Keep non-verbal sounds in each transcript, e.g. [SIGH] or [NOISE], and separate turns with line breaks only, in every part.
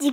自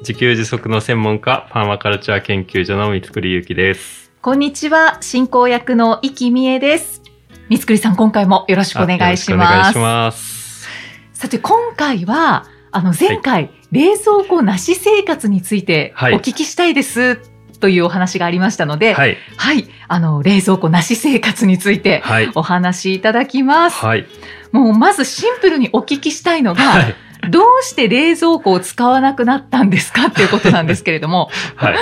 自給自足の専門家、パーマカルチャー研究所の三つくりゆきです。
こんにちは進行役の生きみえです三栗さん今回もよろしくお願いします
あよろしくお願いします。
さて今回はあの前回、冷蔵庫なし生活についてお
はい
聞きしたいですというお話がありましたので、
はい。
はい、あの、冷蔵庫なし生活について
はい。
お話しいただきます。
はい。
もうまずシンプルにお聞きしたいのが、
はい。
どうして冷蔵庫を使わなくなったんですかっていうことなんですけれど
[LAUGHS]
も、
はい。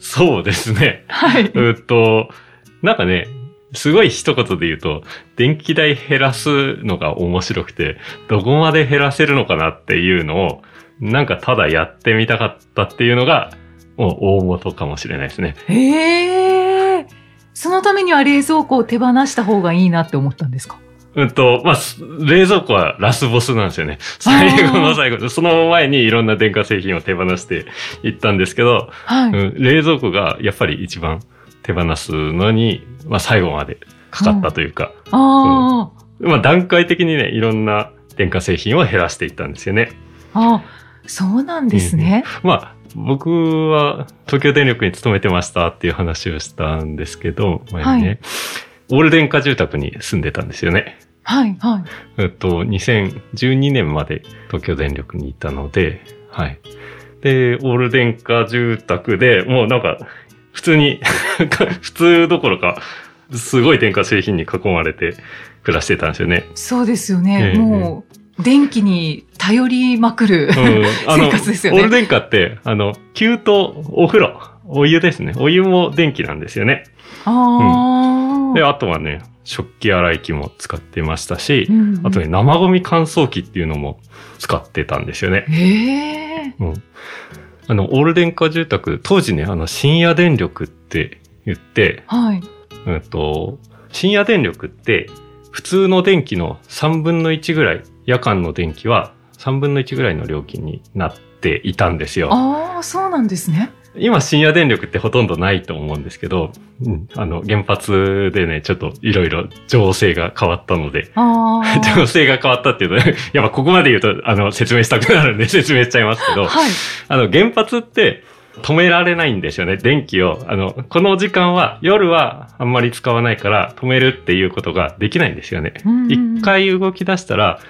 そうです
[LAUGHS]
ね。
はい。
うーっと、なんかね、すごい一言で言うと、電気代減らすのが面白くて、どこまで減らせるのかなっていうのを、なんかただやってみたかったっていうのが、もう大元かもしれないですね。
へえ。そのためには冷蔵庫を手放した方がいいなって思ったんですか
うんと、まあ、す冷蔵庫はラスボスなんですよね。最後の最後で、その前にいろんな電化製品を手放していったんですけど、
はい。
うん、冷蔵庫がやっぱり一番手放すのに、まあ、最後までかかったというか、
あー
まあ、段階的にね、いろんな電化製品を減らしていったんですよね。
あ、そうなんですね。
まあ、僕は東京電力に勤めてましたっていう話をしたんですけど、前にね、
はい
オール電化住宅に住んでたんですよね。
はい、はい。
えっと、2012年まで東京電力にいたので、はい。で、オール電化住宅で、もうなんか、普通に、 [LAUGHS] 普通どころか、すごい電化製品に囲まれて暮らしてたんですよね。
そうですよね。
ええ
もう、電気に頼りまくる。
うん。の、
生活ですよね
オール電化って、あの、給湯、お風呂、お湯ですね。お湯も電気なんですよね。
ああ。
で、あとはね、食器洗い機も使ってましたし
う、んうん
あとね、生ゴミ乾燥機っていうのも使ってたんですよね。
ええ
うん。あの、オール電化住宅、当時ね、あの、深夜電力って言って、
はい。
うんと、深夜電力って、普通の電気の3分の1ぐらい、夜間の電気は3分の1ぐらいの料金になっていたんですよ。
ああ、そうなんですね。
今、深夜電力ってほとんどないと思うんですけど、うん、あの、原発でね、ちょっといろいろ情勢が変わったの [LAUGHS] で、
あ
情勢が変わったっていうと、やっぱここまで言うと、あの、説明したくなるんで説明しちゃいますけ
あ。
ど、
はい。
あの、原発って止められないんですよね、電気を。あの、この時間は、夜はあんまり使わないから止めるっていうことができないんですよね。
うんうん
一。回動き出したら、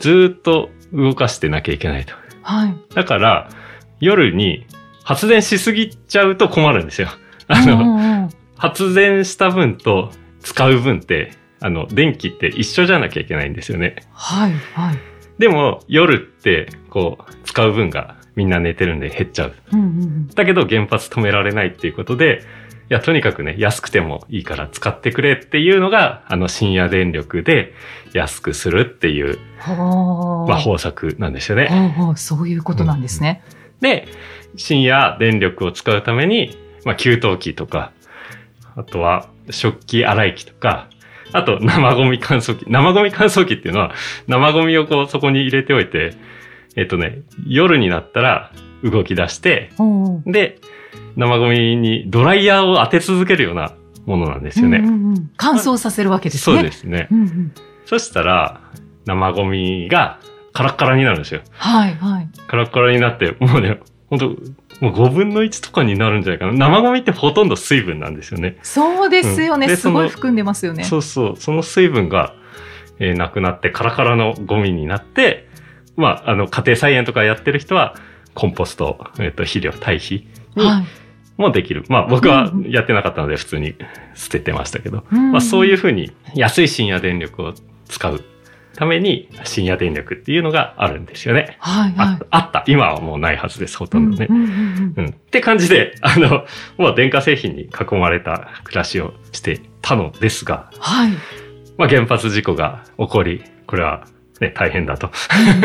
ずーっと動かしてなきゃいけないと。
はい。
だから、夜に発電しすぎちゃうと困るんですよ。あ
う
の、
んうんうん
発電した分と使う分って、あの、電気って一緒じゃなきゃいけないんですよね。
はい。はい。
でも、夜って、こう、使う分がみんな寝てるんで減っちゃう。
うんうんうん。
だけど原発止められないっていうことで、いや、とにかくね、安くてもいいから使ってくれっていうのが、あの、深夜電力で安くするっていう、
はあ。
まあ、方策なんですよね。
ほうほうそういうことなんですね。
で、深夜電力を使うために、まあ、給湯器とか、あとは食器洗い機とか、あと生ゴミ乾燥機。生ゴミ乾燥機っていうのは、生ゴミをこうそこに入れておいて、えっとね、夜になったら動き出して、
うんうん。
で、生ゴミにドライヤーを当て続けるようなものなんですよね。
うんうんうん乾燥させるわけです
そ
ね。
うですね。
うんうん。
そしたら、生ゴミがカラッカラになるんですよ。
はい。はい。
カラッカラになって、もうね、ほんと、もう5分の1とかになるんじゃないかな。生ゴミってほとんど水分なんですよね。
そうですよね。
うんです
ごい
その
含んでますよね。
そうそう。その水分が、えーなくなって、カラカラのゴミになって、まあ、あの、家庭菜園とかやってる人は、コンポスト、えっ、と、肥料、堆肥
はい。
もできる。まあ、僕は
うん
やってなかったので、普通に捨ててましたけど。
うん
まあ、そういうふうに安い深夜電力を使うために深夜電力っていうのがあるんですよね。
はい。は
あ
い。
あった。今はもうないはずです、ほとんどね。
うんうんうんう
うんん。って感じで、 [LAUGHS] あの、もう電化製品に囲まれた暮らしをしてたのですが、
はい。
まあ原発事故が起こり、これはね、大変だと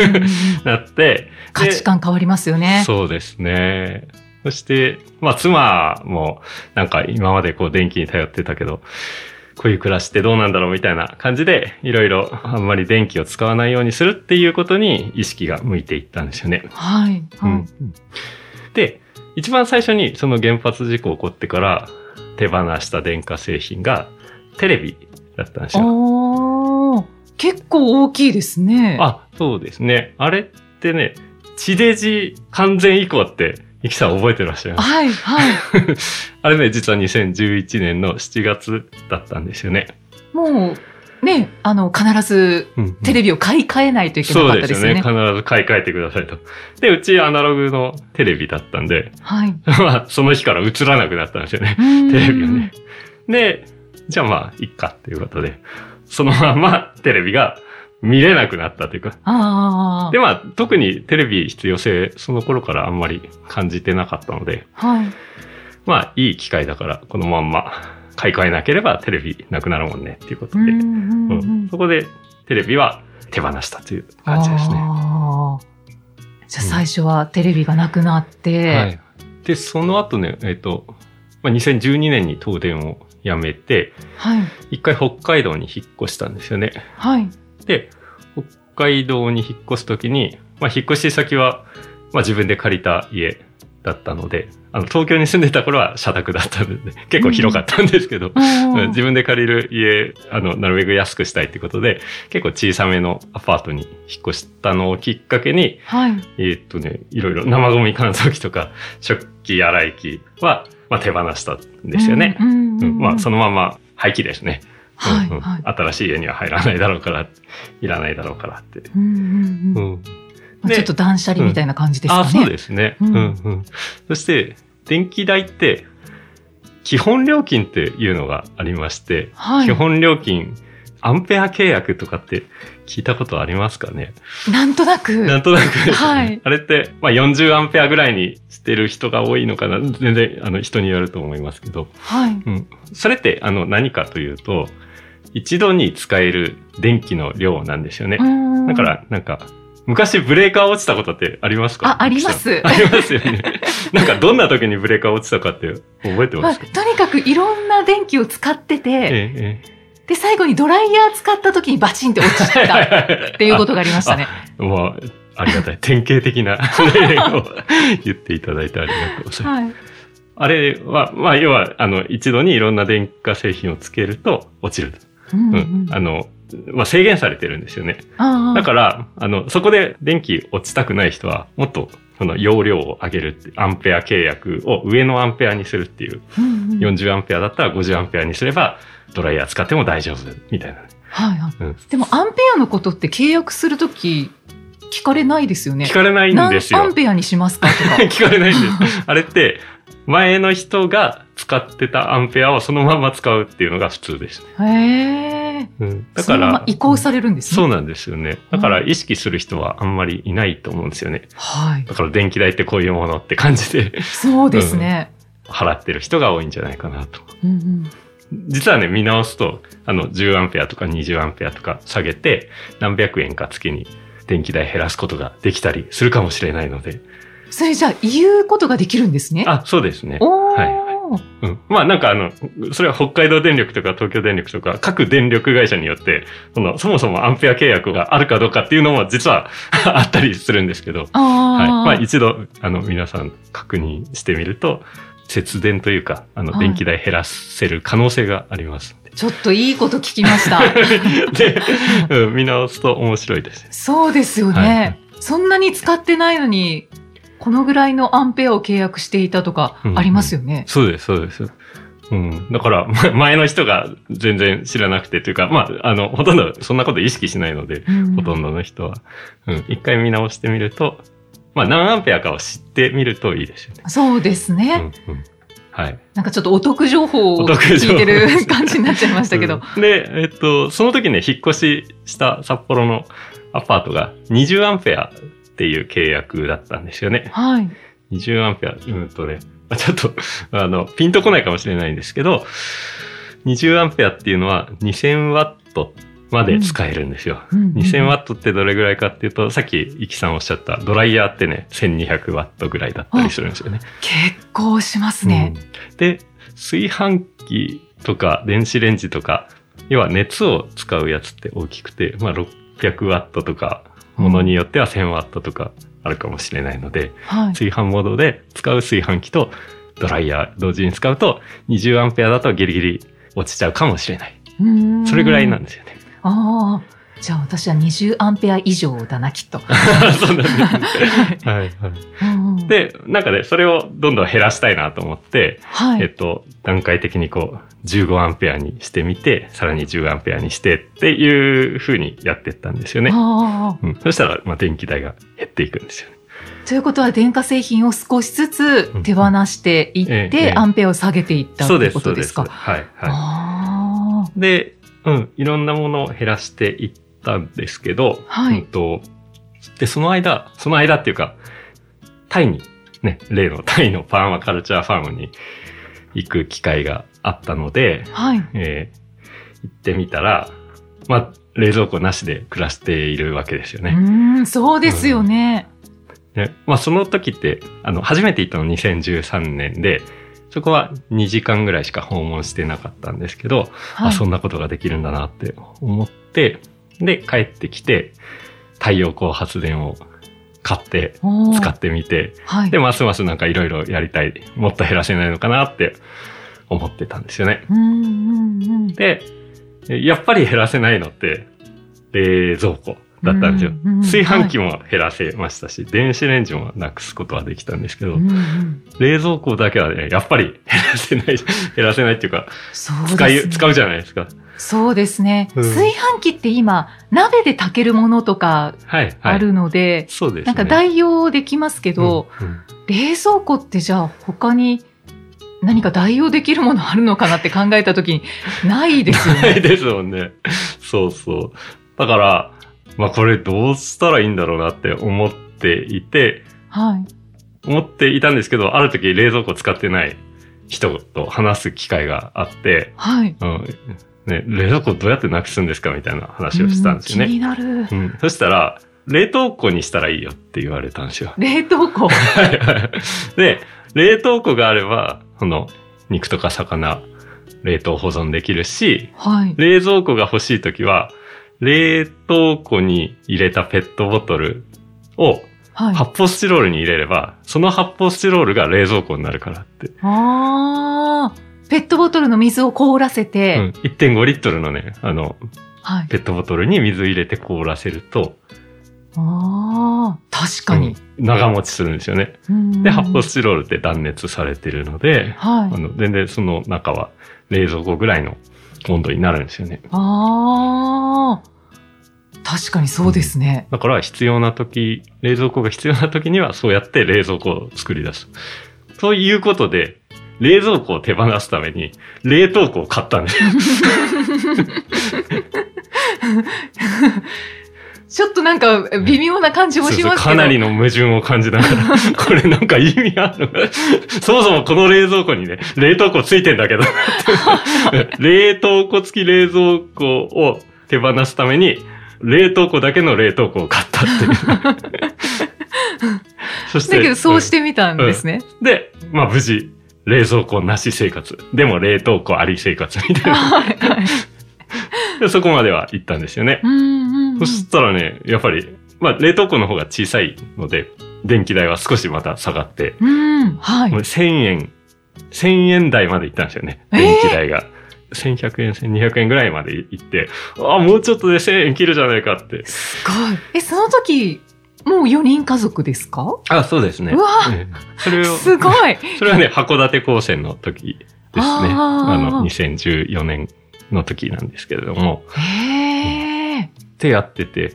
うんうんうんうん
なって、
価値観変わりますよね。
そうですね。そして、まあ、妻も、なんか今までこう電気に頼ってたけど、こういう暮らしってどうなんだろうみたいな感じで、いろいろあんまり電気を使わないようにするっていうことに意識が向いていったんですよね。
はい。
うん。で、一番最初にその原発事故起こってから手放した電化製品がテレビだったんですよ。
おお、結構大きいですね。
あ、そうですね。あれってね、地デジ完全移行って、イキさん覚えてらっしゃいます
はい、はい。
あれね、実は2011年の7月だったんですよね。
もう、ね、あの、必ずテレビを買い替えないといけな
そ
か
う
った
で
ですす
よ
よ
ね。
ね。
必ず買い替えてくださいと。で、うちアナログのテレビだったんで、 [LAUGHS]
はい。
まあ、その日から映らなくなったんですよね。
テ
テレビをね。。で、じゃあまあ、いっかっていうことで、そのままテレビが見れなくなったというか。
ああ。
で、まあ、特にテレビ必要性、その頃からあんまり感じてなかったので、
はい。
まあ、いい機会だから、このまんま買い替えなければテレビなくなるもんねっていうこと
う
で、
んうんう
うんんそこでテレビは手放したという感じですね。
あーじゃあ最初はテレビがなくなって、
はい、で、その後ね、えっ、と、まあ、2012年に東電を辞めて、
はい。
一回北海道に引っ越したんですよね。
はい。
で、北海道に引っ越すときに、まあ、引っ越し先は、まあ、自分で借りた家だったので、あの、東京に住んでた頃は社宅だったので、結構広かったんですけど、 [LAUGHS] うん自分で借りる家、あの、なるべく安くしたいってことで、結構小さめのアパートに引っ越したのをきっかけに、
はい。
えーっとね、いろいろ生ゴミ乾燥機とか食器洗い機は、まあ、手放したんですよね。
うんうんうん
うんまあ、そのまま廃棄ですね。
はい
うんうん
はい。
新しい家には入らないだろうから、いらないだろうからって。
うんうんうん
うん
まあ
で
ちょっと断捨離みたいな感じですか
あ
ね。
そうですね、
う
うんんうんそして、電気代って、基本料金っていうのがありまして、
はい
基。本料金、アンペア契約とかって聞いたことありますかね、
なんとなく。
なんとなく、
はい
あれって、まあ、40アンペアぐらいにしてる人が多いのかな全然あの人によると思いますけど、
はい。
うん、それってあの何かというと、一度に使える電気の量なんですよね。だ
だ
か、ら、なんか、昔ブレーカー落ちたことってありますか
ああります
ゆきさんありますよね。
[LAUGHS]
なんか、どんな時にブレーカー落ちたかって覚えて
ま
ま
あ、
すか、
とにかくいろんな電気を使ってて、
えええ
で、最後にドライヤー使った時にバチンって落ち
え
たっていうことがありましたね。
[LAUGHS] あもう、ありがたい。典型
[LAUGHS]
的な例を言っていただいてありがとうございま
は
す。
い。
あれは、まあ、要は、あの、一度にいろんな電化製品をつけると落ちる。
うん
う
うんん。
あの、まあ、制限されてるんですよね。
ああ
だから、あの、そこで電気落ちたくない人は、もっと、その容量を上げるって、アンペア契約を上のアンペアにするっていう、
うんうん
40アンペアだったら50アンペアにすれば、ドライヤー使っても大丈夫、みたいな。
はいはい。
うん
でも、アンペアのことって契約するとき、聞かれないですよね。
聞かれないんです
何ア
よ
ン。ペアにしますかと
[LAUGHS]
か。
聞かれないんです。あれって、前の人が使ってたアンペアをそのまま使うっていうのが普通です。
へえ。
うん、
だ
だか
から、
ら、
移行されるんですね。
そう
う
なんですよね。だから意識する人はあんまりいないと思うんですよね。
はい。
だから電気代ってこういうものって感じで [LAUGHS]
そうですね。
払ってる人が多いんじゃないかなと。
うんうん
実はね、見直すと、あの、10アンペアとか20アンペアとか下げて、何百円か月に電気代減らすことができたりするかもしれないので。
それじゃあ、言うことができるんですね。
あ、そうですね。
おお、
はいうん。まあなんかあの、それは北海道電力とか東京電力とか各電力会社によって、その、そもそもアンペア契約があるかどうかっていうのも実は [LAUGHS] あったりするんですけど。
ああ、
はい。まあ一度、あの、皆さん確認してみると、節電というか、あ
は
の、
い
電気代減らせる可能性があり
[LAUGHS]
ます。
ちょっといいこと聞きました。
で、うん見直すと面白いです。
そうですよね、
はい
そんなに使ってないのに、このぐらいのアンペアを契約していたとか
うん
ありますよね。
そうです、そうです。うん、だから、 [LAUGHS] ま前の人が全然知らなくてというか、まあ、あの、ほとんどそんなこと意識しないので、ほとん
ど。
どの人は。うん、一回見直してみると、まあ、何アンペアかを知ってみるといいですよね。
そうですね、
うんうん、はい。
なんかちょっとお得情報
お
を
得情
聞
報
いてる [LAUGHS] 感じになっちゃいましたけど。
うんで、えっと、その時ね、引っ越しした札幌のアパートが20アンペアっていう契約だったんですよね。
はい。
20アンペア、うんとね、あちょっと、あの、ピンとこないかもしれないんですけど、20アンペアっていうのは2000ワットっまで使えるんですよ。
うんうん
2000ワットってどれぐらいかっていうと、さっき、イキさんおっしゃった、ドライヤーってね、1200ワットぐらいだったりするんですよね。
結構しますね。
うんで、炊飯器とか電子レンジとか、要は熱を使うやつって大きくて、まあ600ワットとか、ものによっては1000ワットとかあるかもしれないので、
はい。
炊飯モードで使う炊飯器とドライヤー同時に使うと、20アンペアだとギリギリ落ちちゃうかもしれない。それぐらいなん
で
で
[LAUGHS]
すよね。
ああ。じゃあ私は20アンペア以上だな、きっ
[LAUGHS]
と。
そう
[LAUGHS]
なんですね。はいはい。
うんうん、
で、なんかね、それをどんどん減らしたいなと思って、
は
えっ
い。
と、段階的にこう、15アンペアにしてみて、さらに10アンペアにしてっていう風にやってったんですよね。
あ
うん、そしたら、まあ、電気代が減っていくんですよね。
あということは電化製品を少しずつ手放していっ
うんええ
て、アンペアを下げていったと
そう
い
で
う
す、
こ
そ
と
う
で
ですす。
か。
はい、は
あ
い。で、うん、いろんなものを減らしていったんですけど、
はい
うんと、で、その間、その間っていうか、タイに、ね、例のタイのパーマカルチャーファームに行く機会があったので、
あ。はい。
えー行ってみたら、まあ、冷蔵庫なしで暮らしているわけですよ
う
ね。
ーん、そうですよね。
ねまあ、その時って、あの、初めて行ったの2013年で、そこは2時間ぐらいしか訪問してなかったんですけど、
は
あ、
い。
そんなことができるんだなって思って、で、帰ってきて、太陽光発電を買って、
おー
使ってみて、
はい
で、。ますますなんかいろいろやりたい、もっと減らせないのかなって思ってたんですよね。
うんうんうん。
で、やっぱり減らせないのって、冷蔵庫だったんですよ。
うんうん
炊飯器も減らせましたし、電子レンジもなくすことはできたんですけど、
うんうん
冷蔵庫だけはね、やっぱり減らせ
[LAUGHS]
ない、減らせないっていうか、
そうです
使
ね
い、使うじゃないですか。
そうですね。
うん
炊飯器って今、鍋で炊けるものとか
はい、はい。
あるので、
そうです
な
ね。
んか代用できますけど、
うんうん
冷蔵庫ってじゃあ他に何か代用できるものあるのかなって考えた時に、ないですよ
ない [LAUGHS]
ね。
ですもんね。そうそう。だから、まあこれどうしたらいいんだろうなって思っていて、
はい。
思っていたんですけど、ある時冷蔵庫使ってない人と話す機会があって、
はい。
うんね、冷蔵庫どうやってなくすんですかみたいな話をしたんですよ
うん気
ね。
になる。
うん、そしたら、冷凍庫にしたらいいよって言われたんですよ。 [LAUGHS]
冷凍庫。
はいはいで、冷凍庫があれば、その、肉とか魚、冷凍保存できるし、
はい。
冷蔵庫が欲しいときは、冷凍庫に入れたペットボトルを
はい。あ
発泡スチロールに入れれば、その発泡スチロールが冷蔵庫になるからって。
あー。ペットボトルの水を凍らせて、
うん。1.5リットルのね、あの、
はい。
ペットボトルに水入れて凍らせると、
ああ、確かに。
うん長持ちするんですよね。
うん
で、発泡スチロールって断熱されてるので、
はい
あ。の、全然その中は冷蔵庫ぐらいの温度になるんですよね。
ああ、確かにそうですね。
だから必要な時、冷蔵庫が必要な時にはそうやって冷蔵庫を作り出す。ということで、冷蔵庫を手放すために冷凍庫を買ったんです。
ちょっとなんか微妙な感じもしますけど。
かなりの矛盾を感じながら、これなんか意味あるの [LAUGHS] かそもそもこの冷蔵庫にね、冷凍庫ついてんだ
[LAUGHS]
けど。冷凍庫付き冷蔵庫を手放すために、冷凍庫だけの冷凍庫を買ったっていう。
[LAUGHS]
そし、
だけどそうしててみたんですね。
うんで、まあ無事、冷蔵庫なし生活。でも冷凍庫あり生活み
[LAUGHS]
たいな。
はいはい
でそこまでは行ったんですよね。
うんうんうん
そしたらね、やっぱり、まあ、冷凍庫の方が小さいので、電気代は少しまた下がって、
うん、はい
もう。1000円、1000円台まで行ったんですよね、
えー
電気代が。1100円、1200円ぐらいまで行って、あ、もうちょっとで1000円切るじゃないかって。
すごい。え、その時、もう4人家族ですか
あ、そうですね
うわ
それを、
すご
[LAUGHS]
い。
それはね、函館高専の時ですね。
あー
あの、2014年の時なんですけれども。
へえ。
ってやってて。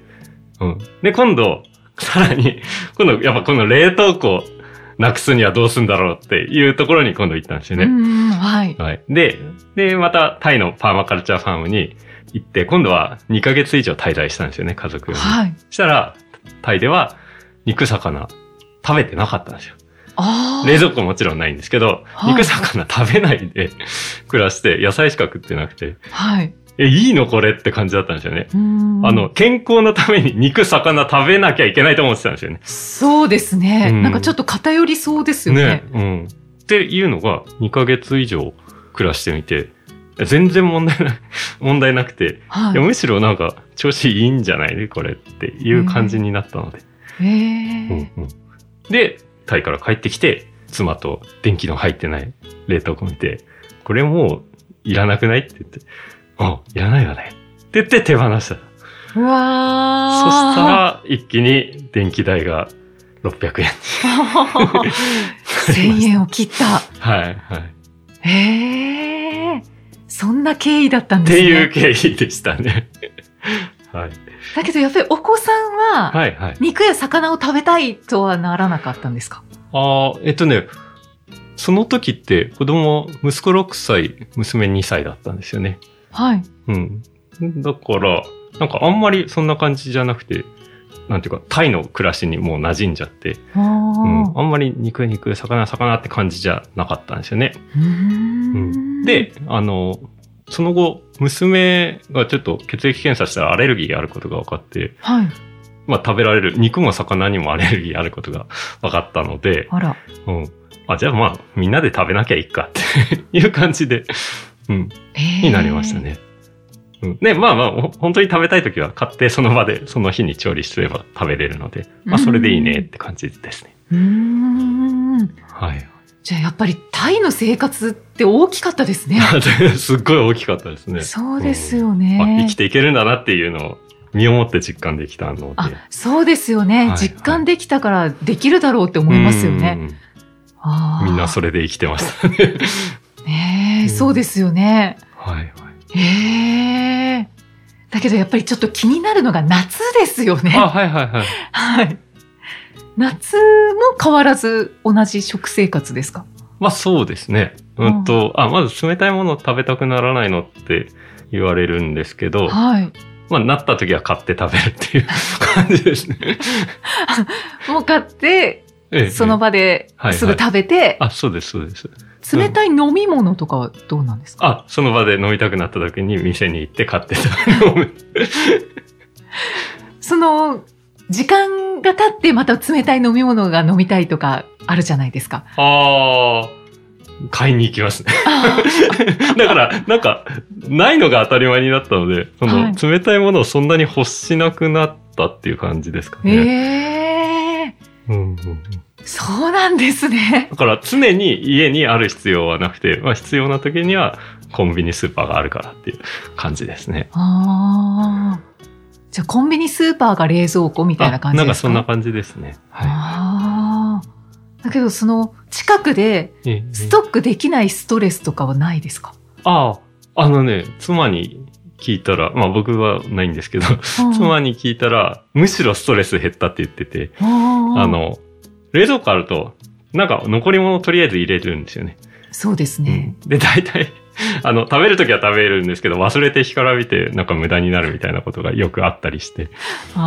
うん。で、今度、さらに、 [LAUGHS] 今度、やっぱこの冷凍庫なくすにはどうすんだろうっていうところに今度行ったんですよ
う
ね。
ん、はい。
はい。で、で、またタイのパーマカルチャーファームに行って、今度は2ヶ月以上滞在したんですよね、家族用に。
はい。
したら、タイでは肉魚食べてなかったんですよ。
ああ。
冷蔵庫もちろんないんですけど、
はい
[LAUGHS] 肉魚食べないで暮らして野菜しか食ってなくて、
はい。
え、いいのこれって感じだったんですよね。
うん
あの、健康のために肉、魚食べなきゃいけないと思ってたんですよね。
そうですね、
うん
なんかちょっと偏りそうですよね
ね。うん。っていうのが、2ヶ月以上暮らしてみて、全然問題な、 [LAUGHS] 問題なくて、
はい
やむしろなんか、調子いいんじゃないこれっていう感じになったので。
へ
うん
え
うんで、タイから帰ってきて、妻と電気の入ってない冷凍庫見て、これもういらなくないって言って、あ、いらないよね。って言って手放した。
うわ
そした
ー
ら、一気に電気代が600円。
1000円を切った
はい、はい。っ
へえそんな経緯だったんです
て
ね
いう経緯でした [LAUGHS] ね。はい。
だけどやっぱりお子さんは、
はい、はい。
肉や魚を食べたいとはならなかったんですか
ああ、えっとね、その時って子供、息子6歳、娘2歳だったんですよね。
はい。
うん。だから、なんかあんまりそんな感じじゃなくて、なんていうか、タイの暮らしにもう馴染んじゃって、
あ
うん
ー
あんまり肉肉、魚魚って感じじゃなかったんですよね。
うーん
で、あの、その後、娘がちょっと血液検査したらアレルギーがあることが分かって、
はい。
まあ食べられる、肉も魚にもアレルギーあることが [LAUGHS] 分かったので、
あら。
うん。あ、じゃあまあ、みんなで食べなきゃいいかって [LAUGHS] いう感じで、うん、に
に
なりました。ね。うん、で、まあまあ、ほ本当に食べたいときは買ってその場で、その日に調理すれば食べれるので、まあそれでいいねって感じですね。
うーん。 [LAUGHS]
はい。
じゃあやっぱりタイの生活って大きかったですね。
すっごい大きかった [LAUGHS] ですね。
そうですよ
あ生き
ね。
ていけるんだなっていうのを身をもって実感できたので。
あ、そうですよね、
はい
実感できたからできるだろうって思いますよね。あー
うん。みんなそれで生きてましたね。
ねえ
うん
そうですよね。
はいはい。
ええだけどやっぱりちょっと気になるのが夏ですよね。
あ、はいはいはい。
はい。夏も変わらず同じ食生活ですか
まあそうですね。うんと、あ、まず冷たいものを食べたくならないのって言われるんですけど、
はい。
まあなった時は買って食べるっていう感じで
[LAUGHS]
すね。
もう買って、
ええ
その場で
はいはい
すぐ食べて、
あ、そうです、そうです。い
冷たい飲み物とかはどうなんですか、
あ、その場で飲みたくなった時に店に行って買ってた。
[LAUGHS]
ごめん
その、時間が経ってまた冷たい飲み物が飲みたいとかあるじゃないです
[LAUGHS]
か。
あー、買いに行きますね。 [LAUGHS] だから、なんか、ないのが当たり前になったので、その、
はい
冷たいものをそんなに欲しなくなったっていう感じですかね。
ええ
うんうんうん
そうなんですね。
だから常に家にある必要はなくて、まあ、必要な時にはコンビニスーパーがあるからっていう感じですね。
ああ。じゃあコンビニスーパーが冷蔵庫みたいな感じ
なん
で
か
すか
そんな感じですね。は
ああ。だけどその近くで
い。ええ
ストックできないストレスとかはないですか、
ああ、あのね、妻に聞いたら、まあ僕はないんですけど、
あ
妻に聞いたら、むしろストレス減ったって言ってて、あ
あの
の、冷蔵庫あると、なんか残り物とりあえず入れるんですよね。
そうですね。
で、大体、あの、食べるときは食べるんですけど、忘れて干からびて、なんか無駄になるみたいなことがよくあったりして、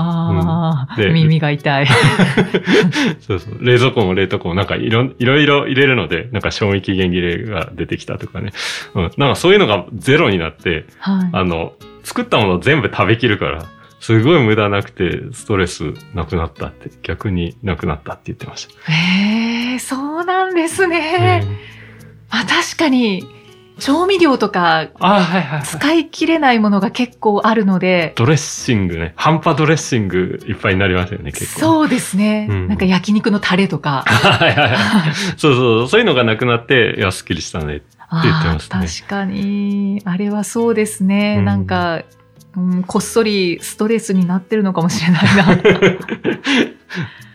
ああ、
うんで
耳が
[LAUGHS]
痛い。
そうそう。冷蔵庫も冷凍庫もなんかいろいろいろ入れるので、なんか賞味期限切れが出てきたとかね。うん。なんかそういうのがゼロになって、
はい、
あの、作ったものを全部食べきるから、すごい無駄なくて、ストレスなくなったって、逆になくなったって言ってまし
へえ、そうなんです
た。
ね。
うん
まあ確かに、調味料とか
あ、はいはい、はい。
使い切れないものが結構あるので、
ドレッシングね。半端ドレッシングいっぱいになりますよね、結構。う。
そうですね、
うん
なんか焼肉のタレとか。
[LAUGHS] はいはいはい。そうそう。そういうのがなくなって、いや、スッキリしたね。言 [LAUGHS] ってますね
あー確かに、あれはそうですね。
うん
なんか、うん、こっそりストレスになってるのかもしれないな。
[LAUGHS]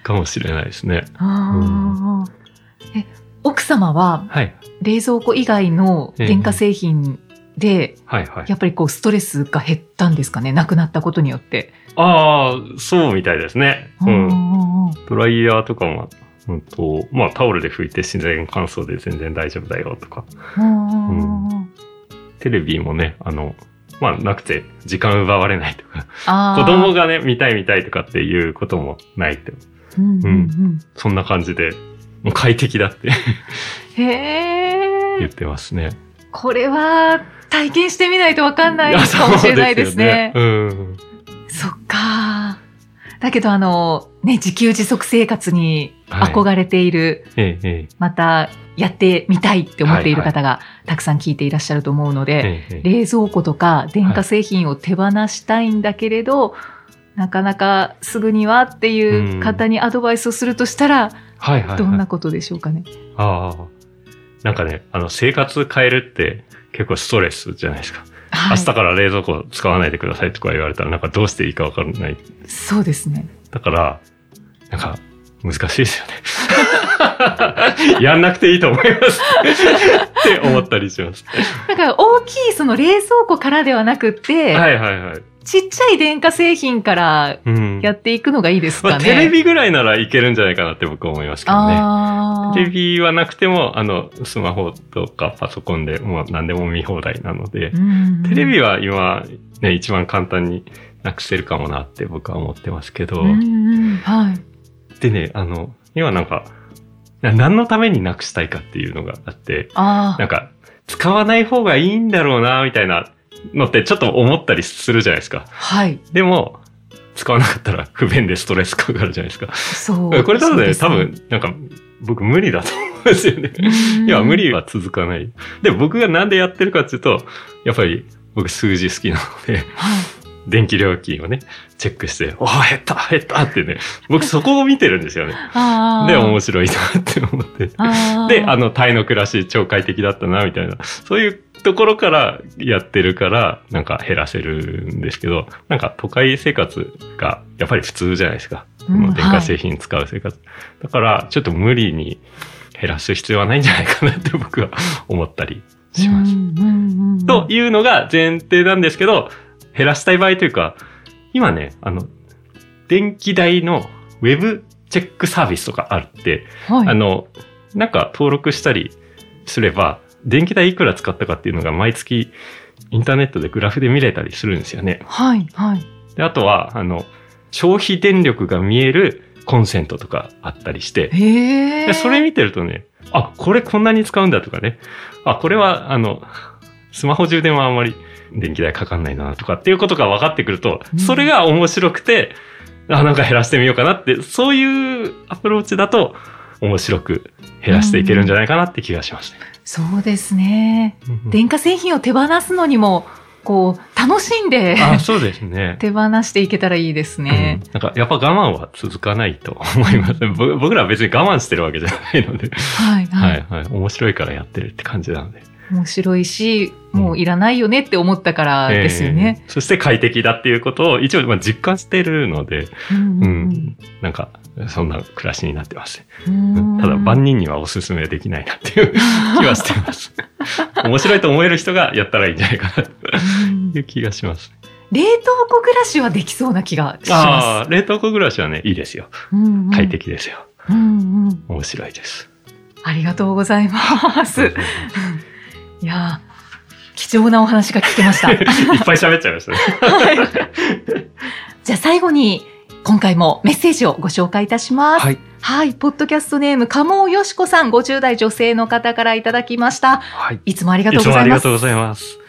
かもしれないですね。
あーえ奥様は
はい。
冷蔵庫以外の電化製品で、
はいはい。
やっぱりこうストレスが減ったんですかねなくなったことによって。
ああ、そうみたいですね。
う
う
うん
ん。
んうん
ドライヤーとかも、うんと、まあタオルで拭いて自然乾燥で全然大丈夫だよとか。
うんうんうん
テレビもね、あの、まあなくて時間奪われないとか。
あー
子供がね、見たい見たいとかっていうこともないって。
うんうんうん
そんな感じで、もう
[LAUGHS]
快適だって
へ
言
え
ってますね。
これは体験してみないとわかんないかもしれないですね。
いやそうですよね
そっか。だけどあの、ね、自給自足生活に
はい
憧れている、
うん。ええ、え
またやってみたいって思っている方がたくさん聞いていらっしゃると思うので、
え、えええ
冷蔵庫とか電化製品を手放したいんだけれど、なかなかすぐにはっていう方にアドバイスをするとしたら、
はいはいはい。
どんなことでしょうかね。
ああ。なんかね、あの、生活変えるって結構ストレスじゃないですか。
はい、
明日から冷蔵庫使わないでくださいとか言われたら、なんかどうしていいかわかんない。
そうですね。
だから、なんか、難しいですよね。 [LAUGHS] やんなくていいと思い
[LAUGHS]
ます。って思ったりします。
だから大きいその冷蔵庫からではなくって、
はいはいはい。
ちっちゃい電化製品から
うん。
やっていくのがいいです
ま
か
あ、
ね。
テレビぐらいならいけるんじゃないかなって僕は思いますけどね。
ああ。
テレビはなくても、あの、スマホとかパソコンで、もう何でも見放題なので、
うん
テレビは今、ね、一番簡単になくせるかもなって僕は思ってますけど、
うんうんはい。
でね、あの、今なんか、な何のためになくしたいかっていうのがあって、
あ
[LAUGHS] なんか、使わない方がいいんだろうな、みたいなのってちょっと思ったりするじゃないですか
あ。。はい。
でも、使わなかったら不便でストレスかかるじゃないですか。
そう。
これ多分
そうで
ね、
す
多分、なんか、僕無理だと思うんですよね。
うん
いや、無理は続かない。で、僕がなんでやってるかっていうと、やっぱり僕数字好きなので、
はい
電気料金をね、チェックして、おー減った減ったってね、僕そこを見てるんですよね。
ああ。
で、面白いなって思って。
あー
で、あの、タイの暮らし超快適だったな、みたいな。そういうところからやってるから、なんか減らせるんですけど、なんか都会生活がやっぱり普通じゃないですか。
うん
もう電
は
化
い
製品使う生活。だから、ちょっと無理に減らす必要はないんじゃないかなって僕は思ったりします。
うんうんうん
というのが前提なんですけど、減らしたい場合というか、今ね、あの、電気代のウェブチェックサービスとかあって、
はい、
あの、なんか登録したりすれば、電気代いくら使ったかっていうのが毎月インターネットでグラフで見れたりするんですよね。
はい、はい。
で、あとは、あの、消費電力が見えるコンセントとかあったりして、
へえ。
でそれ見てるとね、あ、これこんなに使うんだとかね、あ、これは、あの、スマホ充電はあんまり電気代かかんないなとかっていうことが分かってくると
う、ん
それが面白くて、あ、なんか減らしてみようかなって、そういうアプローチだと、面白く減らしていけるんじゃないかなって気がしますね。
そうですね。
うん
電化製品を手放すのにも、こう、楽しんで、
あ、そうですね。
[LAUGHS] 手放していけたらいいですね。
うんなんか、やっぱ我慢は続かないと思います。ぼ僕らは別に我慢してるわけじゃないので、
はい、は。
はいいはい。面白いからやってるって感じなので。
面白いし、
うん
もういらないよねって思ったからですよね。
ええそして快適だっていうことを一応まあ実感してるので、
うん
う
うん
ん、なんかそんな暮らしになってます。
うんうん
ただ万人にはおすすめできないなっていう
[LAUGHS]
気はしてます。面白いと思える人がやったらいいんじゃないかなと
うん
いう気がします。
冷凍庫暮らしはできそうな気がしま
ああ、冷凍庫暮らしはね、いいですよ。
す。うんうん
快。適ですよ。
うんうん
面白いです。
ありがとうございます。
いっ
いやー貴重なお話が聞けました。はい
[LAUGHS] ぱい喋っちゃいましたね。
[LAUGHS] じゃあ最後に、今回もメッセージをご紹介いたします。
はい。
[LAUGHS] はい、ポッドキャストネーム、加茂よしこさん、50代女性の方からいただきました。
はい。
いつもありが
い
とう
つ
ご
も
ざ
あ
い
り
ま
が
す
とう。ございます。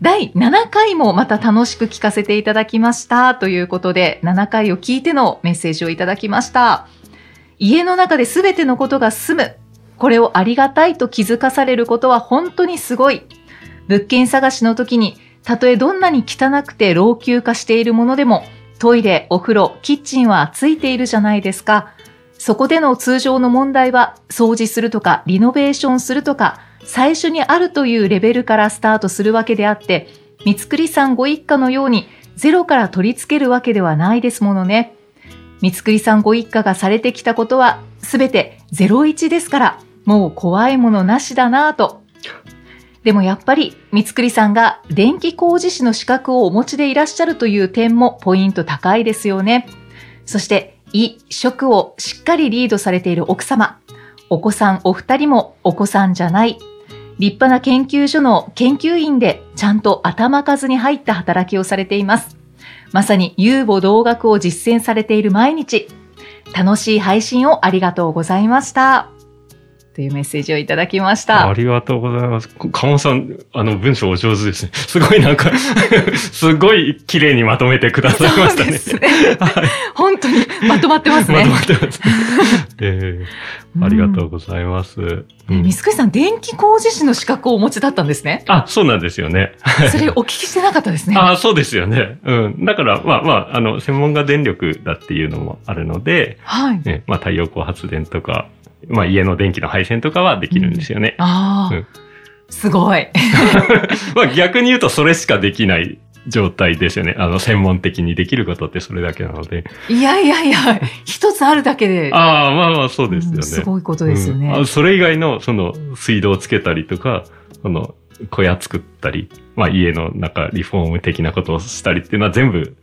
第7回もまた楽しく聞かせていただきました。ということで、7回を聞いてのメッセージをいただきました。家の中で全てのことが済む。これをありがたいと気づかされることは本当にすごい。物件探しの時に、たとえどんなに汚くて老朽化しているものでも、トイレ、お風呂、キッチンはついているじゃないですか。そこでの通常の問題は、掃除するとか、リノベーションするとか、最初にあるというレベルからスタートするわけであって、三つくりさんご一家のようにゼロから取り付けるわけではないですものね。三つくりさんご一家がされてきたことはすべて01ですから、もう怖いものなしだなぁと。でもやっぱり三つくりさんが電気工事士の資格をお持ちでいらっしゃるという点もポイント高いですよね。そして、衣食をしっかりリードされている奥様。お子さんお二人もお子さんじゃない立派な研究所の研究員でちゃんと頭数に入った働きをされています。まさに遊母同学を実践されている毎日。楽しい配信をありがとうございました。というメッセージをいただきまし
あ
た。
りがとうございます。カモさん、あの、文章お上手ですね。 [LAUGHS] すごいなんか、すごい綺麗にまとめてくださいましたね。
そうですね
はい
本当にまとまってます
[LAUGHS] ま
ね
と。まって
[LAUGHS]
ます。えーありがとうございます。う
え
ん
水口さん、電気工事士の資格をお持ちだったんですね。
あ、そうなんですよね。
それお聞きしてなかったですね。
あそうですよね。うん。だから、まあまあ、あの、専門が電力だっていうのもあるので、
はい。
ね、まあ太陽光発電とか、まあ家の電気の配線とかはできるんですよね。
ああ、
うん
すごい。
まあ逆に言うとそれしかできない状態ですよね。あの、専門的にできることってそれだけなので。
いやいやいや、一つあるだけで。
ああ、まあまあそうですよね。
うんすごいことですよね。
うんあそれ以外の、その、水道つけたりとか、その、小屋作ったり、まあ家の中リフォーム的なことをしたりっていうのは全部、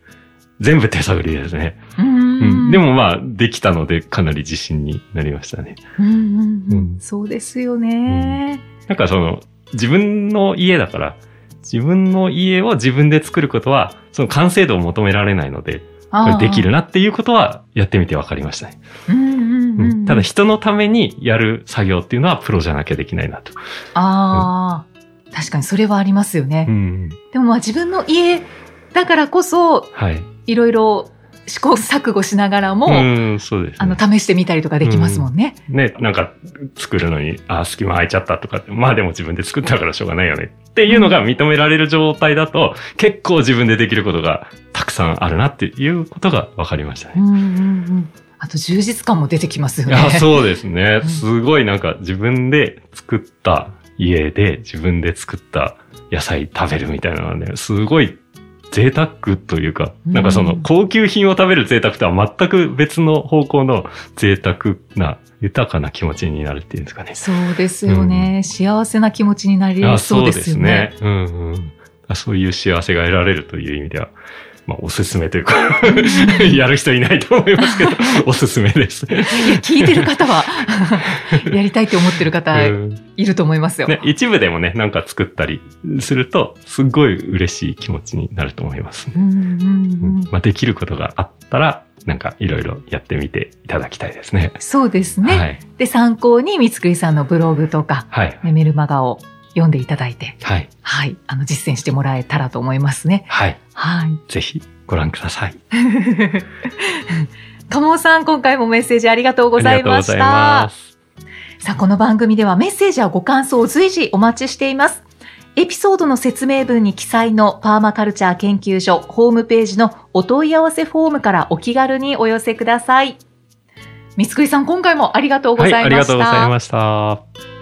全部手探りですね。
うん
うん。でもまあ、できたのでかなり自信になりましたね。
うんうんうん
うん
そうですよね。
なんかその、自分の家だから、自分の家を自分で作ることは、その完成度を求められないので、
ああ
できる。なっていうことはやってみて分かりましたね。
うんうんうん
うんただ人のためにやる作業っていうのはプロじゃなきゃできないなと。
ああ、確かにそれはありますよね。
うん。
でもまあ自分の家だからこそ、
はい。
いろいろ試行錯誤しながらも、
うん、そうです、
あ
ね
の、。試してみたりとかできますもんね。
ね、なんか作るのに、あ、隙間空いちゃったとかって、まあでも自分で作ったからしょうがないよねっていうのが認められる状態だと、結構自分でできることがたくさんあるなっていうことが分かりました
う
ね。
んうんうん。あと充実感も出てきますよね。
あそうですね。
うん
すごいなんか自分で作った家で自分で作った野菜食べるみたいなのはね、すごい贅沢というか、
うん
なんかその高級品を食べる贅沢とは全く別の方向の贅沢な豊かな気持ちになるっていうんですかね。
そうですよね、幸せな気持ちになりそうですよね。
あ。そうですねうんうんあ。そういう幸せが得られるという意味では、まあ、おすすめという
[LAUGHS]
か、やる人いないと思いますけど、おすすめです。
いや、聞いてる方
[LAUGHS]
は、やりたいと思ってる方、
うん
いると思いますよ。
ね、一部でもね、なんか作ったりすると、すっごい嬉しい気持ちになると思います。
うんうんうん
うんまあ、できることがあったら、なんかいろいろやってみていただきたいですね。
そうですね。
はい。
で、参考に、三つくりさんのブログとか、
はい。
ねメルマガを読んでいただいて、
はい。
はい、あの、実践してもらえたらと思いますね。
はい。
はい。
ぜひご覧ください。
[LAUGHS] ともさん、今回もメッセージありがとうございまし
ありがとうござい
た
ま。す。
さあ、この番組ではメッセージやご感想を随時お待ちしています。エピソードの説明文に記載のパーマカルチャー研究所ホームページのお問い合わせフォームからお気軽にお寄せください。三つくりさん、今回もありがとうござ
はい
ました。
い、ありがとうございました。